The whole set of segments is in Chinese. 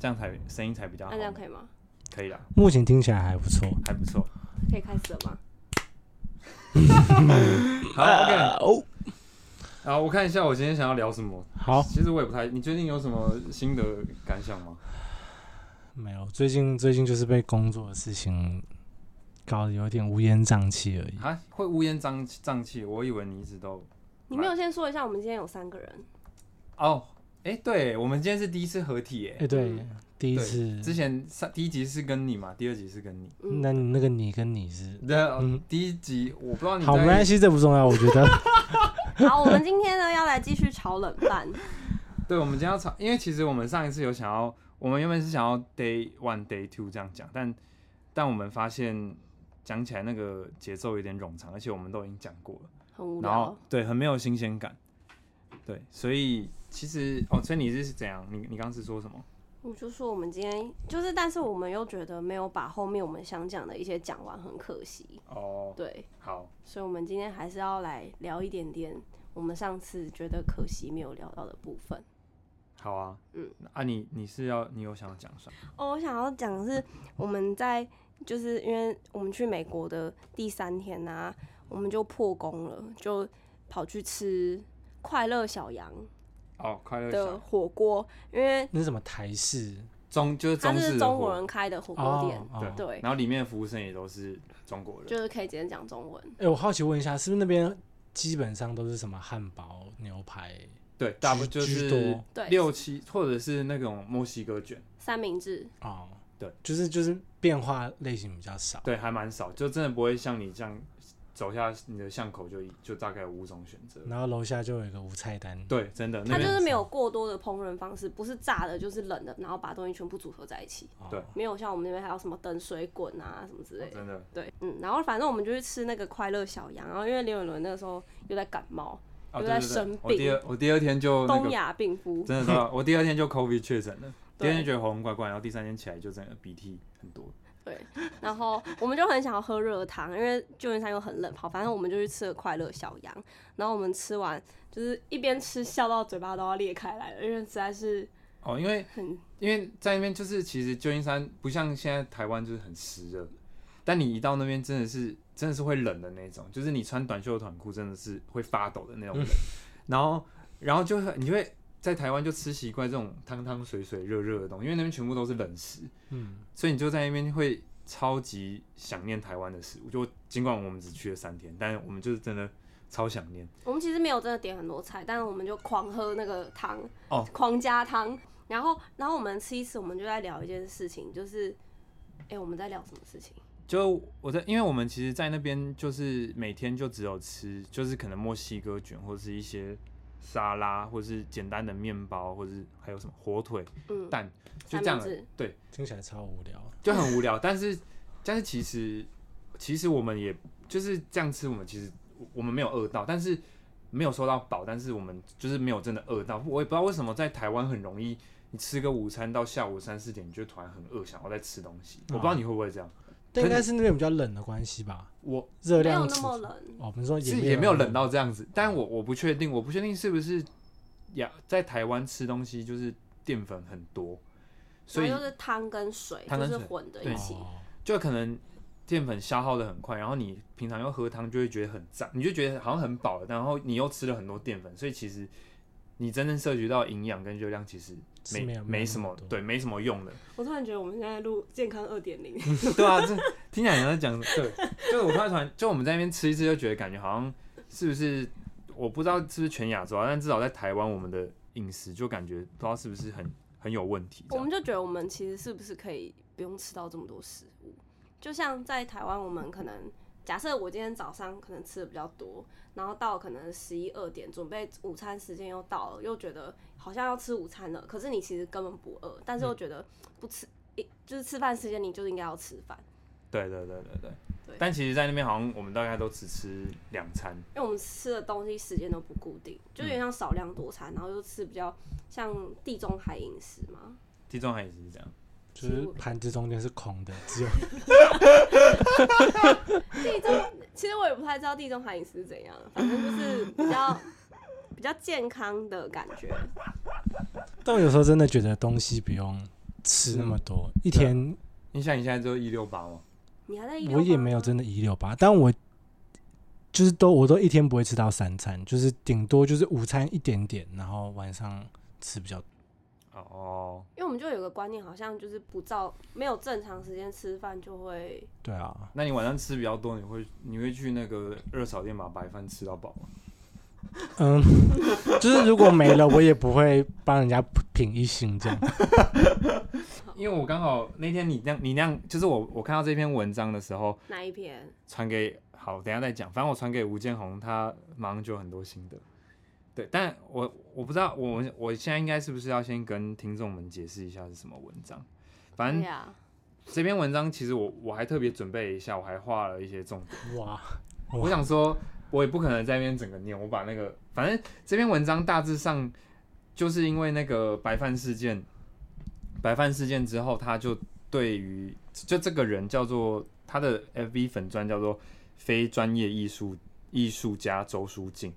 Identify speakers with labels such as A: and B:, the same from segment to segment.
A: 这样才声音才比较好
B: 那这。样可以吗？
A: 可以啦，
C: 目前听起来还不错。
A: 还不错。
B: 可以开始了吗？
A: 好，OK。
C: 哦，
A: 好，我看一下我今天想要聊什么。
C: 好，
A: 其实我也不太，你最近有什么新的感想吗？
C: 没有，最近最近就是被工作的事情搞得有点乌烟瘴气而已。
A: 啊，会乌烟瘴瘴气，我以为你一直都
B: 你没有先说一下，我们今天有三个人，
A: 哦。哎、对，我们今天是第一次合体
C: 哎、
A: 哎、
C: 对，第一
A: 对
C: 次，
A: 之前上第一集是跟你嘛，第二集是跟你。
B: 嗯
C: 那你那个你跟你是
A: 那、
C: 嗯
A: 第一集我不知道你
C: 好，没关
A: 在，
C: 系，这不重要，我觉 得
B: 好，我们今天呢要来继续炒 冷饭，
A: 对，我们今天要吵，因为其实我们上一次有想要，我们原本是想要 day one day two 这样讲，但但我们发现讲起来那个节奏有点冗长，而且我们都已经讲过了。
B: 很无
A: 然后
B: 聊。
A: 对，很没有新鲜感。对，所以其实哦，所以你是怎样？你你刚刚是说什么？
B: 我就说我们今天就是，但是我们又觉得没有把后面我们想讲的一些讲完，很可惜。
A: 哦，
B: 对，
A: 好，
B: 所以我们今天还是要来聊一点点我们上次觉得可惜没有聊到的部分。
A: 好啊，
B: 嗯，
A: 啊你，你是要你有想要讲什么？
B: 哦，我想要讲的是我们在就是因为我们去美国的第三天啊，我们就破功了，就跑去吃快乐小羊
A: 哦，快乐
B: 的
A: 小
B: 火锅，因为
C: 那是什么台式
A: 中就是
B: 它
A: 中式
B: 是
A: 的
B: 中
A: 火
B: 国人开的火锅店，
C: 哦
A: 对
C: 哦
B: 对，
A: 然后里面的服务生也都是中国人，
B: 就是可以直接讲中文。
C: 哎、我好奇问一下，是不是那边基本上都是什么汉堡、牛排？
A: 对，大部就
C: 居居
A: 是
C: 多
B: 对
A: 六七或者是那种墨西哥卷，
B: 三明治，
C: 哦，
A: 对，
C: 就是就是变化类型比较少。
A: 对，还蛮少，就真的不会像你这样走下你的巷口就就大概有五种选择，
C: 然后楼下就有一个无菜单，
A: 对，真的那
B: 它就
A: 边
B: 是没有过多的烹饪方式，不是炸的，就是冷的，然后把东西全部组合在一起，
C: 哦
A: 对
B: 没有像我们那边还有什么等水滚啊什么之类的。
A: 哦真的
B: 对，嗯，然后反正我们就去吃那个快乐小羊，然后因为刘远伦那个时候又在感冒，
A: 哦，
B: 有
A: 对
B: 在
A: 对
B: 生
A: 对，我第二我第二天就那个
B: 东亚病夫，
A: 真的到了，我第二天就 COVID 确诊 了，第
B: 对
A: 二天觉得喉咙怪怪，然后第三天起来就整个鼻涕很多。
B: 然后我们就很想要喝热汤，因为旧金山又很冷，好，反正我们就去吃了快乐小羊，然后我们吃完就是一边吃笑到嘴巴都要裂开来了，因为实在是
A: 哦，因为
B: 很
A: 因为在那边就是其实旧金山不像现在台湾就是很湿热，但你一到那边真的是真的是会冷的那种，就是你穿短袖短裤真的是会发抖的那种冷，然后然后就很你就会在台湾就吃习惯这种汤汤水水热热的东西，因为那边全部都是冷食，
C: 嗯，
A: 所以你就在那边会超级想念台湾的食物。就尽管我们只去了三天，但我们就是真的超想念。
B: 我们其实没有真的点很多菜，但是我们就狂喝那个汤，
A: 哦
B: 狂加汤。然后，然后我们吃一次，我们就在聊一件事情，就是，哎、我们在聊什么事情？
A: 就我在，因为我们其实，在那边就是每天就只有吃，就是可能墨西哥卷或是一些沙拉，或是简单的面包，或是还有什么火腿、
B: 嗯，
A: 蛋，就
B: 三
A: 这样
B: 明
A: 了，
B: 治。
C: 听起来超无聊。
A: 就很无聊。但是，但是其实，其实我们也就是这样吃，我们其实我们没有饿到，但是没有说到饱，但是我们就是没有真的饿到。我也不知道为什么在台湾很容易，你吃个午餐到下午三四点，你就突然很饿，想要再吃东西。我不知道你会不会这样，
C: 但应
A: 可
C: 该是那边比较冷的关系吧，
A: 我
C: 热
B: 没有
C: 量
B: 那
C: 储
B: 么冷，
C: 哦，我们说
A: 是
C: 没哦
A: 也没有冷到这样子，但我我不确定，我不确定是不是呀，在台湾吃东西就是淀粉很多，所以
B: 然后就是汤跟水
A: 汤跟
B: 就是
A: 水
B: 混的
A: 对
B: 一起。
C: 哦
A: 就可能淀粉消耗的很快，然后你平常又喝汤就会觉得很胀，你就觉得好像很饱了，然后你又吃了很多淀粉，所以其实你真正摄取到营养跟热量其实
C: 是
A: 没
C: 没有
A: 没什么
C: 那多
A: 对没什么用的，
B: 我突然觉得我们现在录健康二点零，
A: 对啊，这听起来像在讲对，就是我突然突然就我们在那边吃一吃，就觉得感觉好像是不是我不知道是不是全亚洲啊，但至少在台湾我们的饮食就感觉不知道是不是很很有问题这
B: 我
A: 样。
B: 们就觉得我们其实是不是可以不用吃到这么多食物？就像在台湾，我们可能假设我今天早上可能吃的比较多，然后到可能十一二点，准备午餐时间又到了，又觉得好像要吃午餐了，可是你其实根本不饿，但是
A: 嗯
B: 又觉得不吃，一就是吃饭时间你就应该要吃饭，
A: 对对对对对。
B: 对
A: 但其实，在那边好像我们大概都只吃两餐，
B: 因为我们吃的东西时间都不固定，就
C: 嗯
B: 有点像少量多餐，然后又吃比较像地中海饮食嘛，
A: 地中海饮食是这样。
C: 就是盘子中间是空的，只 有
B: 地中， 其实我也不太知道地中海饮食是怎样，反正就是比较比较健康的感觉。
C: 但我有时候真的觉得东西不用吃
A: 是
C: 那么多，一
A: 对啊
C: 天
A: 你想你现在只有一六八吗？
B: 你还在一
C: 我也没有真的一六八，但我就是都我都一天不会吃到三餐，就是顶多就是午餐一点点，然后晚上吃比较多。
A: 哦，
B: 因为我们就有个观念，好像就是不照没有正常时间吃饭就会，
C: 对啊，
A: 那你晚上吃比较多，你会你会去那个热炒店把白饭吃到饱吗？
C: 嗯， 就是如果没了，我也不会帮人家品一星这样。
A: 因为我刚好那天你那样你那样，就是我我看到这篇文章的时候
B: 哪一篇？
A: 传给好，等一下再讲。反正我传给吴建宏，他马上就有很多心得。对，但我我不知道，我我现在应该是不是要先跟听众们解释一下是什么文章？反
B: 对
A: 正
B: 啊呀、
A: 这篇文章其实我我还特别准备了一下，我还画了一些重点。
C: 哇，哇
A: 我想说，我也不可能在那边整个念，我把那个，反正这篇文章大致上就是因为那个白饭事件，白饭事件之后，他就对于就这个人叫做他的 FB 粉砖叫做非专业艺术艺术家周书静，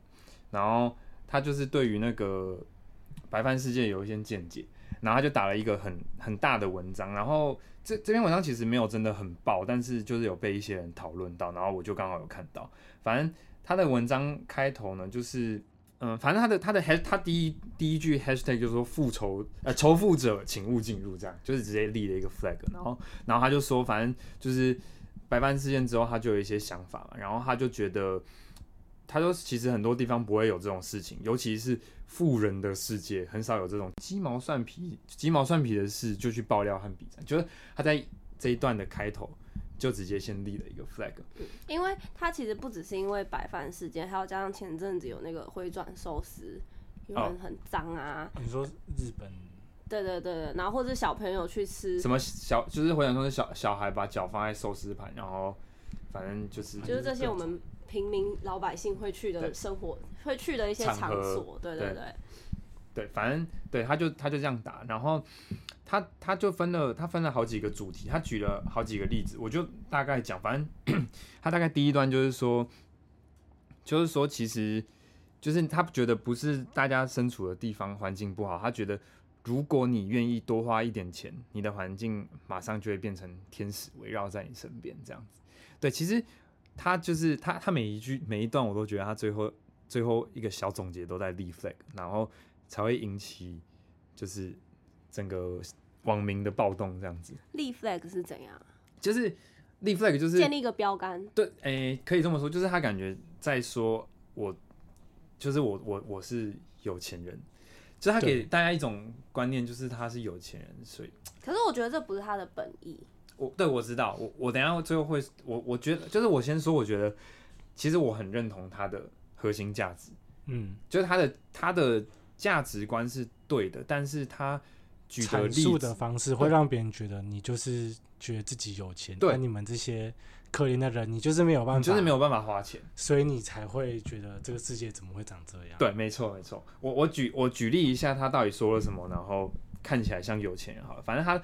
A: 然后他就是对于那个白饭事件有一些见解，然后他就打了一个很很大的文章，然后这这篇文章其实没有真的很爆，但是就是有被一些人讨论到，然后我就刚好有看到。反正他的文章开头呢，就是嗯，反正他的他的 hash 他第一第一句 hashtag 就是说复仇呃仇富者请勿进入，这样就是直接立了一个 flag，然后然后他就说，反正就是白饭事件之后，他就有一些想法嘛，然后他就觉得。他说：“其实很多地方不会有这种事情，尤其是富人的世界，很少有这种鸡毛蒜皮、鸡毛蒜皮的事就去爆料和比战。就是他在这一段的开头就直接先立了一个 flag，
B: 因为它其实不只是因为白饭事件，还有加上前阵子有那个回转寿司，有
C: 哦
B: 人很脏啊，
C: 你说日本
B: 对对对对，然后或者小朋友去吃，
A: 什么小就是回想说是小小孩把脚放在寿司盘，然后反正就是
B: 就是这些我们平民老百姓会去的
A: 对
B: 生活，会去的一些
A: 场
B: 场
A: 合
B: 所，对对
A: 对
B: 对。
A: 对，反正对他就他就这样打，然后他他就分了他分了好几个主题，他举了好几个例子，我就大概讲，反正 他大概第一段就是说，就是说其实就是他觉得不是大家身处的地方环境不好，他觉得如果你愿意多花一点钱，你的环境马上就会变成天使围绕在你身边这样子。对，其实他就是他他每一句每一段我都觉得他最后最后一个小总结都在立 flag，然后。才会引起就是整个网民的暴动这样子。
B: 立 flag 是怎样？
A: 就是立 flag 就是
B: 建立一个标杆，
A: 对，诶、可以这么说，就是他感觉在说我，就是我我我是有钱人，就是他给大家一种观念，就是他是有钱人，所以
B: 可是我觉得这不是他的本意。
A: 我对我知道，我我等一下最后会，我我觉得就是我先说，我觉得其实我很认同他的核心价值。
C: 嗯
A: 就是他的他的价值观是对的，但是他举的
C: 阐
A: 例
C: 述
A: 子
C: 的方式会
A: 对
C: 让别人觉得你就是觉得自己有钱，
A: 对
C: 但你们这些可怜的人，你就是没有办法，
A: 你就是没有办法花钱。
C: 所以你才会觉得这个世界怎么会长这样？，
A: 对，没错没错。我我举我举例一下，他到底说了什么，然后看起来像有钱人好了。反正他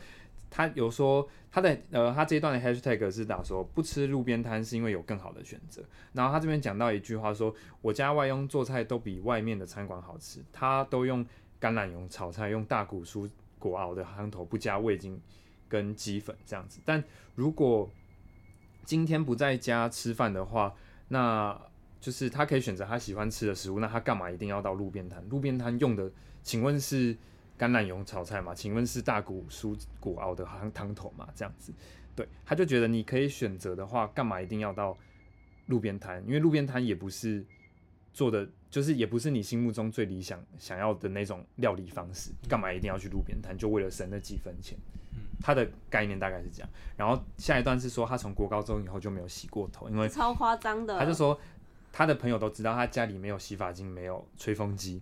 A: 他有说他的呃，他这一段的 hashtag 是打说不吃路边摊是因为有更好的选择。然后他这边讲到一句话说，我家外佣做菜都比外面的餐馆好吃，他都用橄榄油炒菜，用大骨蔬果熬的汤头，不加味精跟鸡粉这样子。但如果今天不在家吃饭的话，那就是他可以选择他喜欢吃的食物，那他干嘛一定要到路边摊？路边摊用的，请问是橄榄油炒菜吗？请问是大骨蔬果熬的汤汤头吗？这样子，对，他就觉得你可以选择的话，干嘛一定要到路边摊？因为路边摊也不是做的，就是也不是你心目中最理想想要的那种料理方式，干嘛一定要去路边摊？就为了省那几分钱
C: 嗯？
A: 他的概念大概是这样。然后下一段是说，他从国高中以后就没有洗过头，因为
B: 超夸张的。
A: 他就说他的朋友都知道他家里没有洗发精，没有吹风机，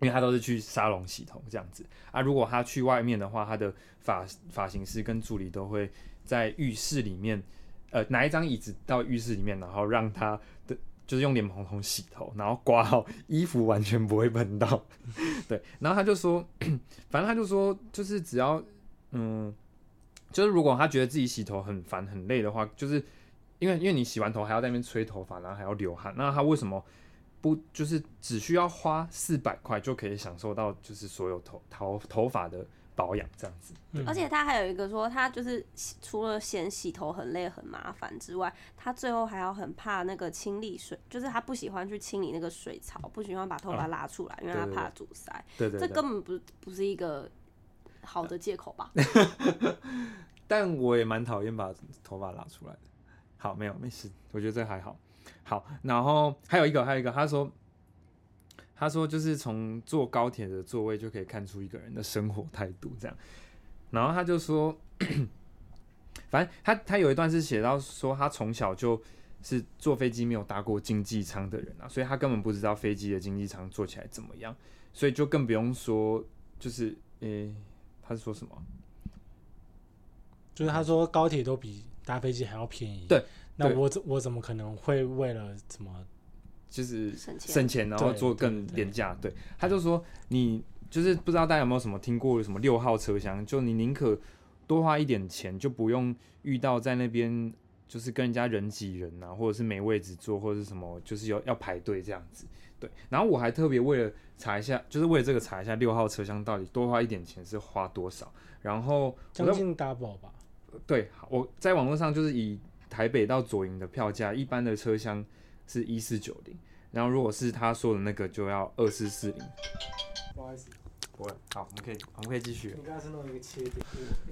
A: 因为他都是去沙龙洗头这样子啊。如果他去外面的话，他的发发型师跟助理都会在浴室里面，呃，拿一张椅子到浴室里面，然后让他的。就是用脸盆桶洗头，然后刮好衣服，完全不会喷到。 对，然后他就说， 反正他就说，就是只要，嗯，就是如果他觉得自己洗头很烦很累的话，就是因为因为你洗完头还要在那边吹头发，然后还要流汗，那他为什么不就是只需要花四百块就可以享受到就是所有头头头发的保养这样子。
C: 嗯
B: 而且他还有一个说，他就是洗除了嫌洗头很累很麻烦之外，他最后还要很怕那个清理水，就是他不喜欢去清理那个水槽，不喜欢把头发
A: 啊
B: 拉出来，因为
A: 对
B: 他
A: 对
B: 怕
A: 对
B: 阻塞。
A: 对对对。
B: 这根本不不是一个好的借口
A: 呃
B: 吧？
A: 但我也蛮讨厌把头发拉出来的。好，没有没事，我觉得这还好。好，然后还有一个，还有一个，他说，他说就是从坐高铁的座位就可以看出一个人的生活态度这样。然后他就说，反正他他有一段是写到说他从小就是坐飞机没有搭过经济舱的人啊，所以他根本不知道飞机的经济舱坐起来怎么样，所以就更不用说就是诶、他是说什么？
C: 就是他说高铁都比搭飞机还要便宜，
A: 对，
C: 那
A: 对
C: 我怎我怎么可能会为了什么？
A: 就是
B: 省钱
A: 省钱，然后
C: 对
A: 做
C: 对
A: 更
C: 对
A: 廉价。对，他就说你就是不知道大家有没有什么听过什么六号车厢，就你宁可多花一点钱，就不用遇到在那边就是跟人家人挤人啊，或者是没位置坐，或者是什么，就是要要排队这样子。对，然后我还特别为了查一下，就是为了这个查一下六号车厢到底多花一点钱是花多少。然后我
C: 将
A: 在
C: 近 double 吧，
A: 对，我在网络上就是以台北到左营的票价，一般的车厢是一四九零，然后如果是他说的那个就要二四四零。
C: 不好意思，
A: 不会，好，我们可以，我们可以继续。
C: 刚刚是弄一个切点。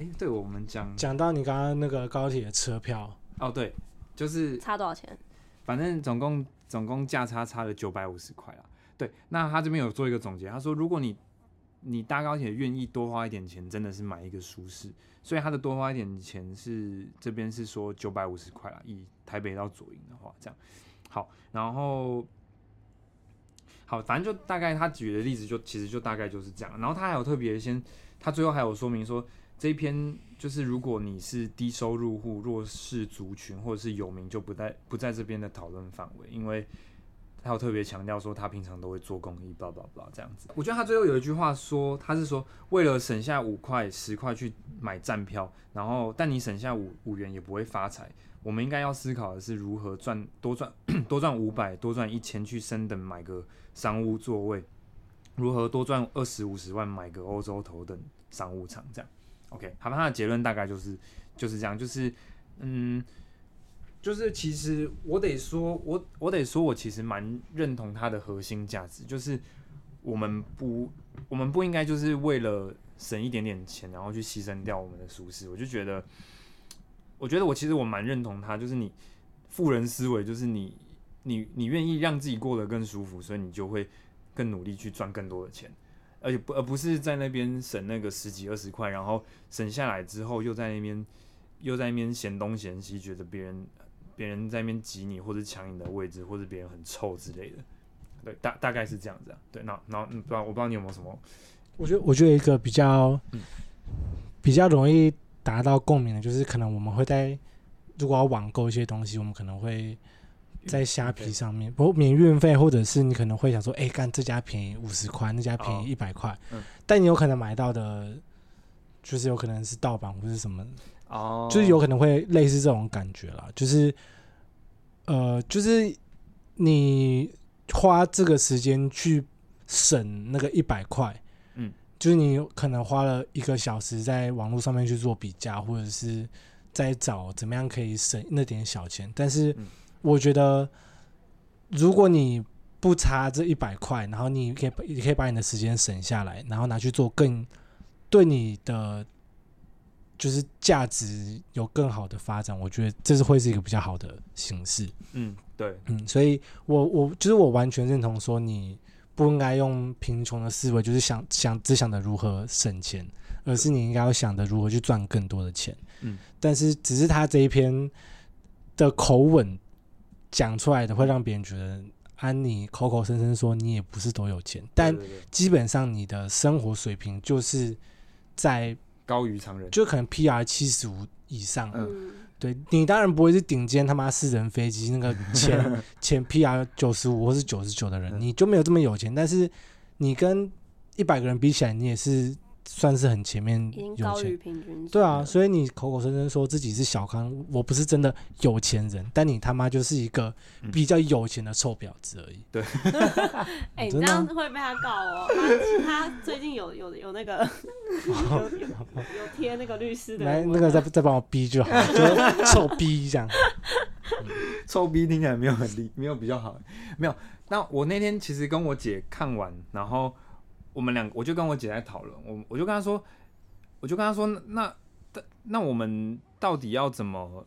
A: 哎、对，我们讲
C: 讲到你刚刚那个高铁的车票，
A: 哦，对，就是
B: 差多少钱？
A: 反正总共总共价差差了九百五十块啦。对，那他这边有做一个总结，他说如果你你搭高铁愿意多花一点钱，真的是买一个舒适。所以他的多花一点钱是这边是说九百五十块啦，以台北到左营的话，这样好，然后。好，反正就大概他举的例子就其实就大概就是这样。然后他还有特别先，他最后还有说明说，这一篇就是如果你是低收入户、弱势族群或者是游民，就不在不在这边的讨论范围，因为他有特别强调说他平常都会做公益，blah blah blah 这样子。我觉得他最后有一句话说，他是说为了省下五块、十块去买站票，然后但你省下五五元也不会发财。我们应该要思考的是如何赚多赚 多赚五百，多赚一千去升等买个商务座位，如何多赚二十五十万买个欧洲头等商务舱这样。OK，好吧，他的结论大概就是就是这样，就是嗯，就是其实我得说，我我得说，我其实蛮认同他的核心价值，就是我们不我们不应该就是为了省一点点钱，然后去牺牲掉我们的舒适。我就觉得，我觉得我其实我蛮认同他，就是你富人思维，就是你你你愿意让自己过得更舒服，所以你就会更努力去赚更多的钱。而且不而不是在那边省那个十几二十块，然后省下来之后又在那边又在那边嫌东嫌西，觉得别人别人在那边挤你或者抢你的位置，或者别人很臭之类的。对，大大概是这样子啊。对，那然后嗯不知道我不知道你有没有什么
C: 我觉得我觉得一个比较、
A: 嗯
C: 比较容易达到共鸣的，就是可能我们会在如果要网购一些东西，我们可能会在虾皮上面，不过免运费，或者是你可能会想说，哎、干这家便宜五十块，那家便
A: 哦
C: 宜一百块
A: 嗯，
C: 但你有可能买到的，就是有可能是盗版或是什么，
A: 哦
C: 就是有可能会类似这种感觉啦，就是呃，就是你花这个时间去省那个一百块，
A: 嗯，
C: 就是你可能花了一个小时在网络上面去做比价，或者是在找怎么样可以省那点小钱，但是
A: 嗯
C: 我觉得如果你不差这一百块，然后你可以你可以把你的时间省下来，然后拿去做更对你的就是价值有更好的发展，我觉得这是会是一个比较好的形式。
A: 嗯对
C: 嗯，所以我我就是我完全认同说你不应该用贫穷的思维，就是想想只想着如何省钱，而是你应该要想着如何去赚更多的钱。
A: 嗯，
C: 但是只是他这一篇的口吻讲出来的，会让别人觉得安妮口口声声说你也不是多有钱，但
A: 对对对
C: 基本上你的生活水平就是在
A: 高于常人
C: 就可能 PR 七十五以上，
A: 嗯
B: 嗯，
C: 对你当然不会是顶尖他妈私人飞机那 个前前 PR 九十五或是九十九的人，
A: 嗯
C: 你就没有这么有钱。但是你跟一百个人比起来，你也是算是很前面
B: 已经
C: 有
B: 高
C: 钱
B: 于。平均值。
C: 对啊，所以你口口声声说自己是小康，我不是真的有钱人，但你他妈就是一个
A: 嗯
C: 比较有钱的臭婊子而已。
B: 哎、你
C: 真
B: 这
C: 的啊
B: 样会被他告哦。他他最近有有有那 个有有有贴那个律师的
C: 来，
B: 文
C: 那个再
B: 啊
C: 再帮我逼就 好，了，就是臭逼这样。
A: 臭逼听起来没有很厉，没有比较好，没有。那我那天其实跟我姐看完，然后我们两个，我就跟我姐在讨论，我我就跟她说，我就跟她说，那那那我们到底要怎么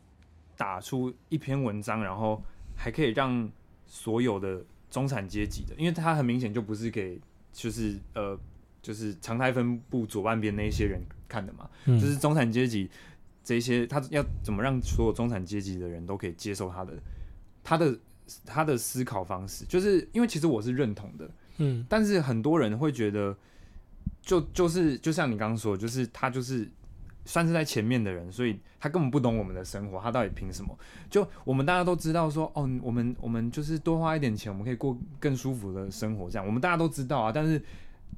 A: 打出一篇文章，然后还可以让所有的中产阶级的，因为它很明显就不是给就是呃就是常态分布左半边那一些人看的嘛， 就
C: 嗯
A: 是中产阶级这一些，他要怎么让所有中产阶级的人都可以接受他的他的他的思考方式？就是因为其实我是认同的，
C: 嗯
A: 但是很多人会觉得，就就是就像你刚刚说，就是他就是算是在前面的人，所以他根本不懂我们的生活，他到底凭什么？就我们大家都知道说，哦，我们我们就是多花一点钱，我们可以过更舒服的生活，这样我们大家都知道啊，但是。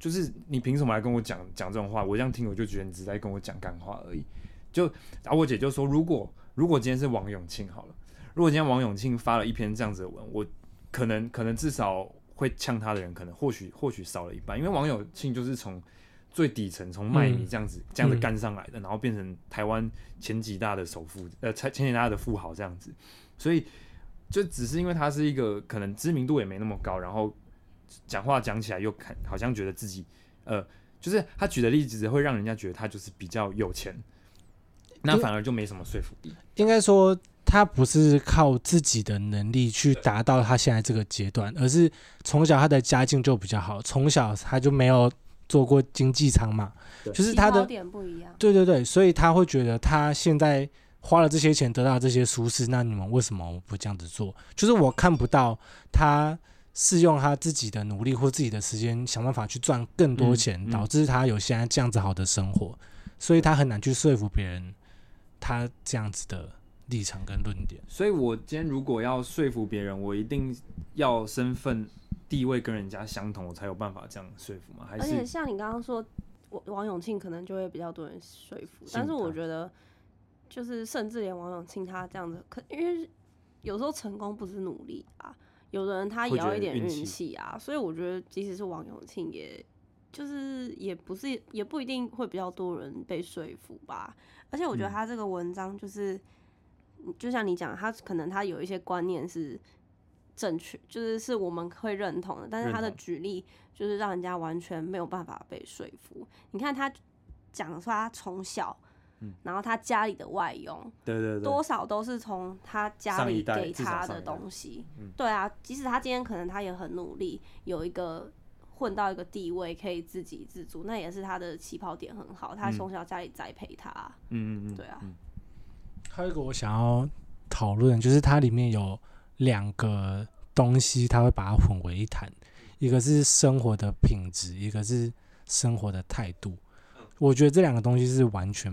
A: 就是你凭什么来跟我讲讲这种话？我这样听我就觉得你只是在跟我讲干话而已。就啊，我姐就说，如果如果今天是王永庆好了，如果今天王永庆发了一篇这样子的文，我可能可能至少会呛他的人，可能或许或许少了一半，因为王永庆就是从最底层从卖米这样子、这样
B: 嗯
A: 子干上来的，然后变成台湾前几大的首富，呃，前前几大的富豪这样子，所以就只是因为他是一个可能知名度也没那么高，然后讲话讲起来又看好像觉得自己呃，就是他举的例子会让人家觉得他就是比较有钱，
B: 嗯
A: 那反而就没什么说服力。
C: 应该说他不是靠自己的能力去达到他现在这个阶段，而是从小他的家境就比较好，从小他就没有做过经济舱嘛，
A: 对
C: 就是
B: 起
C: 他
B: 跑
C: 的
B: 点不一样。
C: 对对对，所以他会觉得他现在花了这些钱得到这些舒适，那你们为什么不这样子做？就是我看不到他是用他自己的努力或自己的时间想办法去赚更多钱，
A: 嗯嗯
C: 导致他有现在这样子好的生活，所以他很难去说服别人他这样子的立场跟论点。
A: 所以我今天如果要说服别人，我一定要身份地位跟人家相同，我才有办法这样说服吗？还
B: 而且
A: 是
B: 像你刚刚说，王王永庆可能就会比较多人说服，
A: 信
B: 但是我
A: 他
B: 觉得，就是甚至连王永庆他这样子，可因为有时候成功不是努力啊，有的人他也
A: 会觉
B: 要
A: 得
B: 一点
A: 运
B: 运
A: 气
B: 气啊，所以我觉得即使是王永庆也。就是也不是也不一定会比较多人被说服吧，而且我觉得
A: 嗯
B: 他这个文章就是，嗯就像你讲，他可能他有一些观念是正确，就是是我们会认同的，但是
A: 认
B: 他的
A: 同
B: 举例就是让人家完全没有办法被说服。你看他讲说他从小，
A: 嗯
B: 然后他家里的外佣
A: 对对对，
B: 多少都是从他家
A: 上一
B: 里
A: 代
B: 给
A: 至少
B: 他
A: 上
B: 的
A: 一代
B: 东西。
A: 嗯
B: 对啊，即使他今天可能他也很努力，有一个混到一个地位可以自给自足，那也是他的起跑点很好，他
A: 嗯
B: 从小家里栽培他。
A: 嗯嗯嗯，
B: 对啊
A: 嗯
C: 还有一个我想要讨论，就是它里面有两个东西，它会把它混为一谈，一个是生活的品质，一个是生活的态度。我觉得这两个东西是完全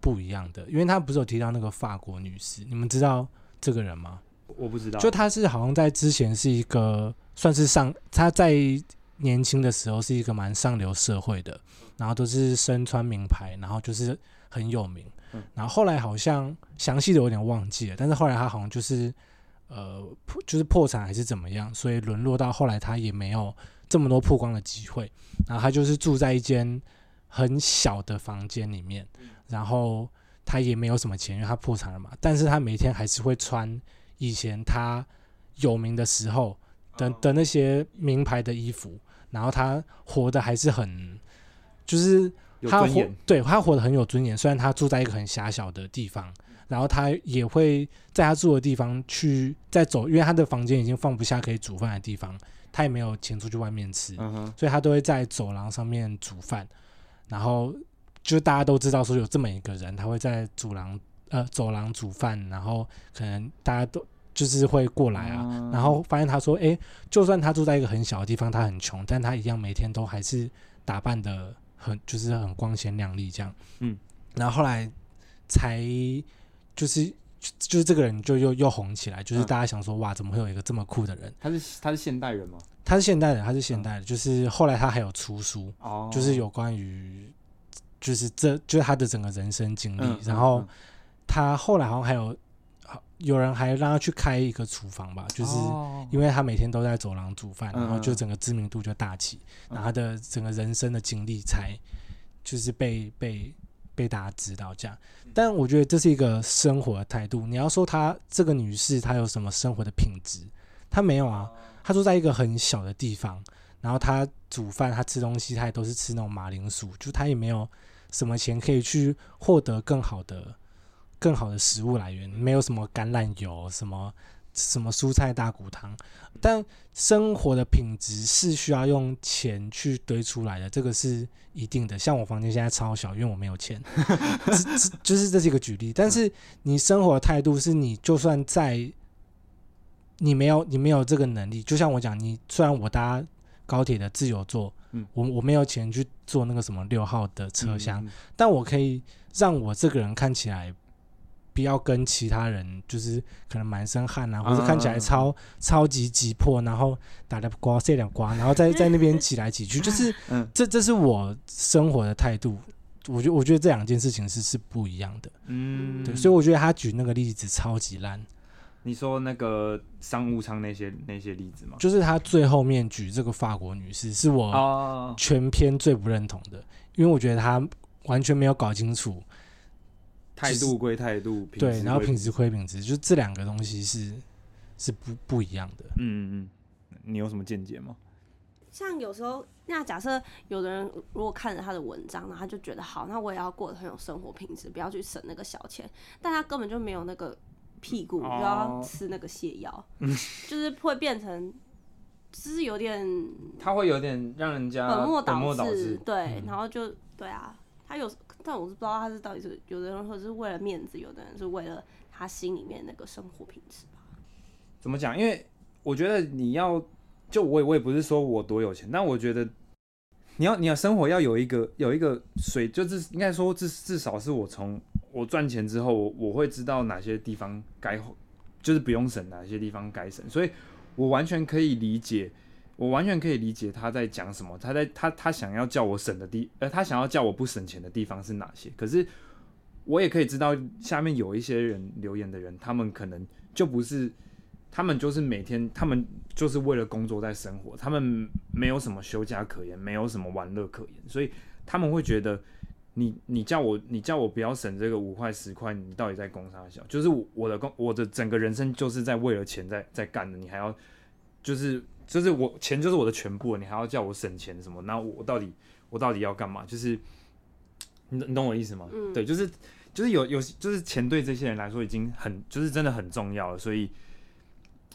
C: 不一样的，因为他不是有提到那个法国女士，你们知道这个人吗？
A: 我不知道，
C: 就他是好像在之前是一个算是上，他在年轻的时候是一个蛮上流社会的，然后都是身穿名牌，然后就是很有名
A: 嗯。
C: 然后后来好像详细的有点忘记了，但是后来他好像就是呃破就是破产还是怎么样，所以沦落到后来他也没有这么多曝光的机会。然后他就是住在一间很小的房间里面，然后他也没有什么钱，因为他破产了嘛。但是他每天还是会穿以前他有名的时候的的那些名牌的衣服，然后他活得还是很，就是
A: 有
C: 他
A: 尊
C: 活
A: 严，
C: 对他活得很有尊严。虽然他住在一个很狭小的地方，然后他也会在他住的地方去再走，因为他的房间已经放不下可以煮饭的地方，他也没有钱出去外面吃，
A: 嗯哼，
C: 所以他都会在走廊上面煮饭，然后就大家都知道说有这么一个人，他会在走廊呃走廊煮饭，然后可能大家都就是会过来啊，
A: 嗯
C: 然后发现他说，诶，就算他住在一个很小的地方，他很穷，但他一样每天都还是打扮的很就是很光鲜亮丽这样，
A: 嗯，
C: 然后后来才就是。就是这个人就又又红起来，就是
A: 嗯
C: 大家想说、哇，怎么会有一个这么酷的人？
A: 他是他是现代人吗？
C: 他是现代的，他是现代的，就是后来他还有出书，
A: 哦，
C: 就是有关于就是这就是他的整个人生经历。
A: 嗯，
C: 然后他后来好像还有好有人还让他去开一个厨房吧，就是因
A: 为
C: 为他每天都在走廊煮饭，
A: 哦嗯
C: 然后就整个知名度就大起，
A: 嗯
C: 然后他的整个人生的经历才就是被被被大家知道这样。
A: 嗯
C: 但我觉得这是一个生活的态度。你要说她这个女士她有什么生活的品质，她没有
A: 哦
C: 啊。她住在一个很小的地方，然后她煮饭、她吃东西，她也都是吃那种马铃薯，就她也没有什么钱可以去获得更好的、更好的食物来源，没有什么橄榄油、什么什么蔬菜大骨汤。但生活的品质是需要用钱去堆出来的，这个是一定的。像我房间现在超小，因为我没有钱，这这就是这是一个举例。但是你生活的态度是你就算在你没有你没有这个能力，就像我讲，你虽然我搭高铁的自由座，
A: 嗯
C: 我我没有钱去坐那个什么六号的车厢，，
A: 嗯
C: 但我可以让我这个人看起来不要跟其他人就是可能满身汗啊，
A: 嗯
C: 或者看起来超、超级急迫，然后打两瓜塞两瓜，然后 在在那边挤来挤去， 就是、
A: 嗯
C: 这这是我生活的态度。我觉我觉得这两件事情是是不一样的，
A: 嗯，
C: 对，所以我觉得他举那个例子超级烂，
A: 你说那个商务舱那些那些例子吗？
C: 就是他最后面举这个法国女士是我
A: 哦，
C: 全篇最不认同的，因为我觉得他完全没有搞清楚
A: 态度归态度，品质
C: 对，然后
A: 归
C: 品质亏品质，就这两个东西是是不不一样的。
A: 嗯嗯嗯，你有什么见解吗？
B: 像有时候，那假设有的人如果看了他的文章，然后他就觉得好，那我也要过得很有生活品质，不要去省那个小钱，但他根本就没有那个屁股，
A: 哦嗯
B: 就要吃那个泻药， 就是会变成，就是有点
A: 他会有点让人家
B: 本末
A: 呃本
B: 倒
A: 末
B: 置，
A: 倒置，嗯
B: 对，然后就对啊，他有，但我是不知道他是到底是有的人会是为了面子，有的人是为了他心里面那个生活品质吧，
A: 怎么讲？因为我觉得你要，就我也我也不是说我多有钱，但我觉得你要你要生活要有一个有一个水，就是应该说至至少是我从我赚钱之后，我我会知道哪些地方该就是不用省，哪些地方该省，所以我完全可以理解。我完全可以理解他在讲什么，他在他他想要叫我省的地，呃，他想要叫我不省钱的地方是哪些？可是我也可以知道，下面有一些人留言的人，他们可能就不是他们就是每天，他们就是为了工作在生活，他们没有什么休假可言，没有什么玩乐可言，所以他们会觉得你你叫我你叫我不要省这个五块十块，你到底在工啥小？就是我我的工我的整个人生就是在为了钱在在干的，你还要就是就是我钱就是我的全部，你还要叫我省钱什么？那我到底我到底要干嘛？就是你你懂我意思吗？
B: 嗯
A: 对，就是就是有有就是钱对这些人来说已经很就是真的很重要了，所以。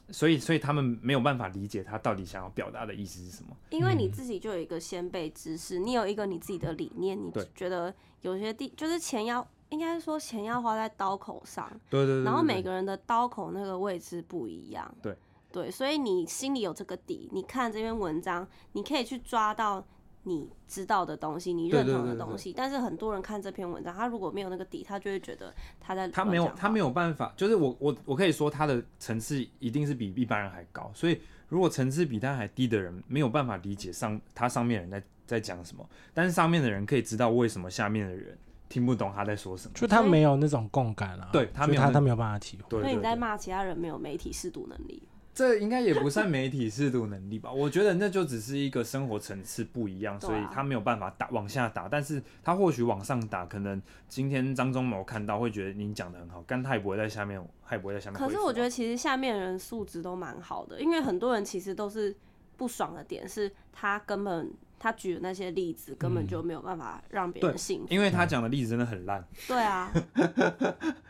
A: 所以，所以他们没有办法理解他到底想要表达的意思是什么。
B: 因为你自己就有一个先辈知识，你有一个你自己的理念，你
A: 对
B: 觉得有些地就是钱要，应该说钱要花在刀口上，
A: 对对对
B: 然后每个人的刀口那个位置不一样，
A: 对
B: 对，所以你心里有这个底，你看这篇文章，你可以去抓到你知道的东西，你
A: 对
B: 认同
A: 对
B: 的
A: 对对
B: 东西。但是很多人看这篇文章，他如果没有那个底，他就会觉得他在
A: 他没有，他没
B: 有，
A: 有办法，就是我我我可以说他的层次一定是比一般人还高，所以如果层次比他还低的人没有办法理解上他上面的人在在讲什么，但是上面的人可以知道为什么下面的人听不懂他在说什么。
C: 就他没有那种共感啊，
A: 对他没有
C: 就
A: 那
C: 他他没有办法体会。
A: 对
B: 所以
A: 对
B: 你在
A: 对，
B: 骂其他人没有媒体识读能力。
A: 这应该也不算媒体视读能力吧？我觉得那就只是一个生活层次不一样，
B: 对
A: 所
B: 啊
A: 以他没有办法打往下打，但是他或许往上打，可能今天张忠谋看到会觉得你讲的很好，但他也不会在下面，他也不会在下面回复啊。
B: 可是我觉得其实下面的人素质都蛮好的，因为很多人其实都是不爽的点是他根本他举的那些例子根本就没有办法让别人
A: 嗯对
B: 信服。
A: 因为他讲的例子真的很烂。
B: 对啊，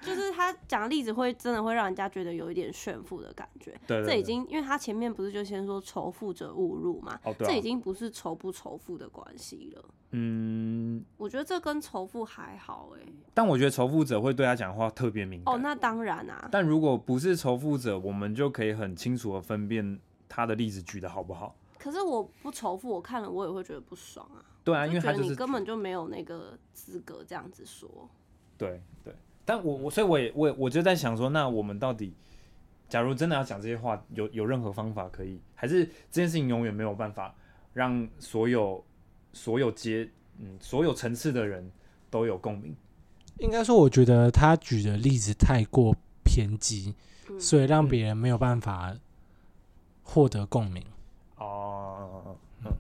B: 就是他讲的例子会真的会让人家觉得有一点炫富的感觉。
A: 对对
B: 这已
A: 对
B: 经因为他前面不是就先说仇富者误入嘛，
A: 哦对、啊，
B: 这已经不是仇不仇富的关系了。
A: 嗯，
B: 我觉得这跟仇富还好哎、
A: 但我觉得仇富者会对他讲话特别敏感。
B: 哦，那当然啊，
A: 但如果不是仇富者，我们就可以很清楚的分辨他的例子举的好不好。
B: 可是我不仇富，我看了我也会觉得不爽啊。
A: 对啊，因
B: 就
A: 为
B: 觉
A: 他
B: 得
A: 就
B: 你
A: 是
B: 根本就没有那个资格这样子说。
A: 对对。但我我所以我也我也我就在想说，那我们到底，假如真的要讲这些话，有有任何方法可以，还是这件事情永远没有办法让所有所有接嗯所有层次的人都有共鸣。
C: 应该说，我觉得他举的例子太过偏激，
B: 嗯
C: 所以让别人没有办法获得共鸣。
A: 哦，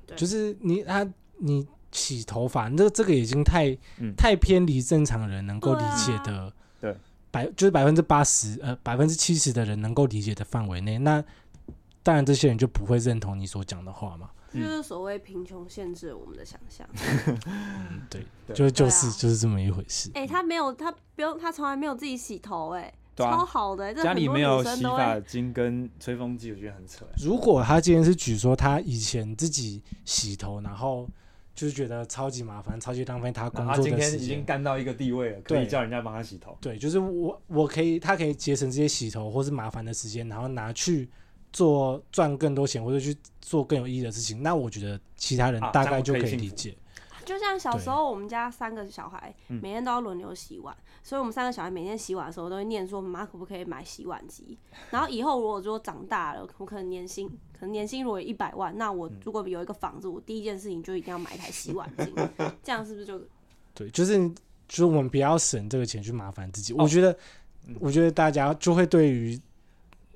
B: 对
C: 就是你他你洗头发，这这个已经太、
A: 嗯
C: 太偏离正常人能够理解的，
A: 对啊对
C: 百就是百分之八十呃百分之七十的人能够理解的范围内，那当然这些人就不会认同你所讲的话嘛，
B: 这
A: 嗯
B: 就是所谓贫穷限制了我们的想象。
C: 嗯，对，
A: 对
C: 就就是、
B: 对啊
C: 就是这么一回事，
B: 哎、他没有，他不用，他从来没有自己洗头、哎、
A: 对啊
B: 超好的、哎这
A: 家里
B: 很多
A: 没有
B: 女生
A: 洗
B: 都
A: 发
B: 会
A: 精跟吹风机，我觉得很扯欸。
C: 如果他今天是举说他以前自己洗头，然后就是觉得超级麻烦，超级浪费他
A: 然
C: 工
A: 后他
C: 作
A: 啊今
C: 的
A: 天
C: 时
A: 已经
C: 间。
A: 干到一个地位了，可以
C: 对
A: 叫人家帮他洗头。
C: 对，就是我我可以，他可以节省这些洗头或是麻烦的时间，然后拿去做赚更多钱，或者去做更有意义的事情。那我觉得其他人
A: 啊
C: 大
A: 这样
C: 概
A: 我
C: 就
A: 可以
C: 可以
A: 幸
C: 理
A: 福
C: 解。
B: 就像小时
C: 对
B: 候我们家三个小孩
A: 嗯
B: 每天都要轮流洗碗，所以我们三个小孩每天洗碗的时候都会念说妈可不可以买洗碗机。然后以后如果说长大了，我可能年薪可能年薪如果有一百万，那
A: 嗯
B: 我如果有一个房子，我第一件事情就一定要买一台洗碗 机，这样是不是就
C: 对，就是就是我们不要省这个钱去麻烦自己。
A: 哦
C: 我觉得
A: 嗯，
C: 我觉得大家就会对于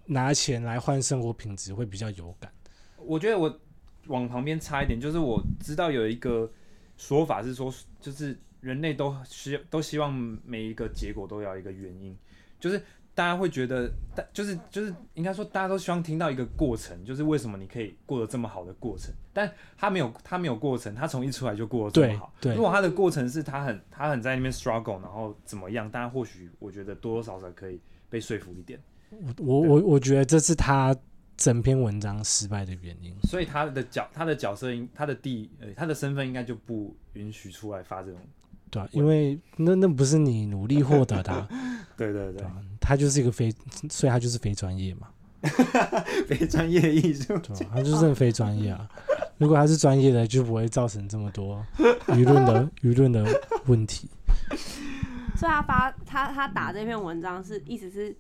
C: 拿钱来换生活品质会比较有感。
A: 我觉得我往旁边插一点，就是我知道有一个说法是说，就是人类都希都希望每一个结果都要有一个原因，就是大家会觉得，大就是就是应该说大家都希望听到一个过程，就是为什么你可以过得这么好的过程，但他没有他没有过程，他从一出来就过得这么好。
C: 对对
A: 如果他的过程是他很他很在那边 struggle，然后怎么样，大家或许我觉得多多少少可以被说服一点。
C: 我我我觉得这是他整篇文章失败的原因。
A: 所以他的角他的角色应他的地呃他的身份应该就不允许出来发这种。
C: 对、啊，因为那那不是你努力获得的 啊、
A: 对对
C: 对啊他就是一个非，所以他就是非专业嘛，
A: 对，非专业艺术。
C: 对啊吧、他就是很非专业啊。如果他是专业的，就不会造成这么多 舆论的舆论的问题。
B: 所以他发他他打这篇文章是意思是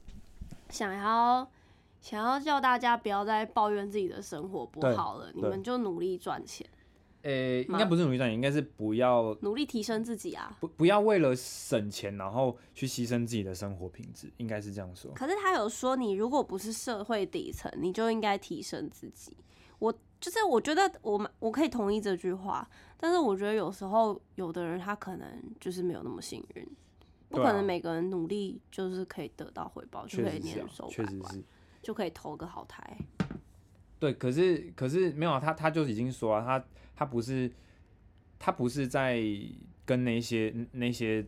B: 想要想要叫大家不要再抱怨自己的生活不
A: 对
B: 好了，你
A: 对
B: 们就努力赚钱，
A: 呃、应该不是努力赚钱，应该是不要
B: 努力提升自己啊。
A: 不不要为了省钱，然后去牺牲自己的生活品质，应该是这样说。
B: 可是他有说，你如果不是社会底层，你就应该提升自己。我就是我觉得我蛮我可以同意这句话，但是我觉得有时候有的人他可能就是没有那么幸运，不
A: 对
B: 可
A: 啊
B: 能每个人努力就是可以得到回报，就
A: 确
B: 可以
A: 实是、
B: 年
A: 啊
B: 收，
A: 确
B: 百
A: 实
B: 万，
A: 是。
B: 就可以投个好台。
A: 对，可是可是没有啊，他他就已经说啊，他他不是他不是在跟那些那些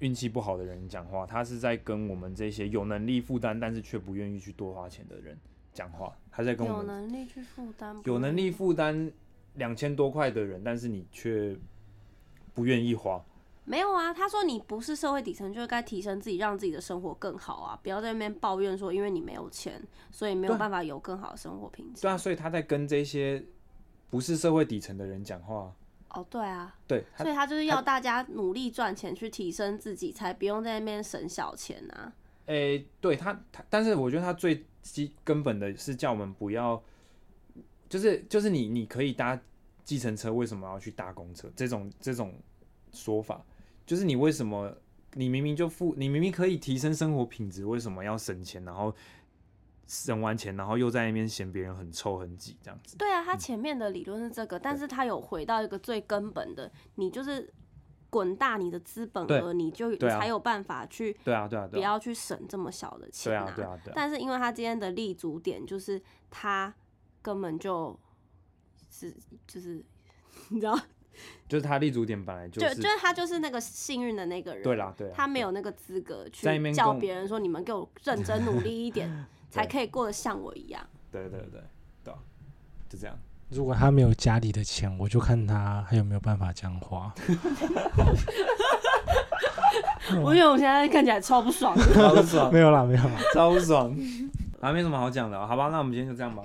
A: 运气不好的人讲话，他是在跟我们这些有能力负担但是却不愿意去多花钱的人讲话，他在跟我
B: 有
A: 们
B: 能力去负担，
A: 有能力负担两千多块的人，但是你却不愿意花。
B: 没有啊？他说你不是社会底层，就该提升自己，让自己的生活更好啊！不要在那边抱怨说，因为你没有钱，所以没有
A: 对啊
B: 办法有更好的生活品质。
A: 对啊，所以他在跟这些不是社会底层的人讲话。
B: 哦，对啊，
A: 对，他
B: 所以他就是要大家努力赚钱，去提升自己，才不用在那边省小钱啊。
A: 诶、对他，他，但是我觉得他最基根本的是叫我们不要，就是就是你你可以搭计程车，为什么要去搭公车？这种这种说法，就是你为什么你明明就付，你明明可以提升生活品质，为什么要省钱？然后省完钱，然后又在那边嫌别人很臭很挤这样子？
B: 对啊，他前面的理论是这个，但是他有回到一个最根本的，你就是滚大你的资本
A: 对
B: 额，你就你
A: 对啊
B: 才有办法去
A: 对啊，对啊，
B: 不
A: 对啊，
B: 要去省这么小的
A: 对
B: 钱
A: 啊，对啊，对啊，
B: 但是因为他今天的立足点就是他根本就是 就是你知道，
A: 就是他立足点本来就
B: 就是就是他就是那个幸运的那个人，
A: 对啦，对啊，
B: 他没有那个资格去
A: 在那边
B: 叫
A: 跟我
B: 别人说你们给我认真努力一 点，才可以过得像我一样。
A: 对对对对啊，就这样。
C: 如果他没有家里的钱，我就看他还有没有办法这样花。
B: 我觉得我现在看起来超不爽的。
A: 好爽
C: 没有啦，没有啦。
A: 哦超爽，啊，没什么好讲的，好吧，那我们今天就这样吧。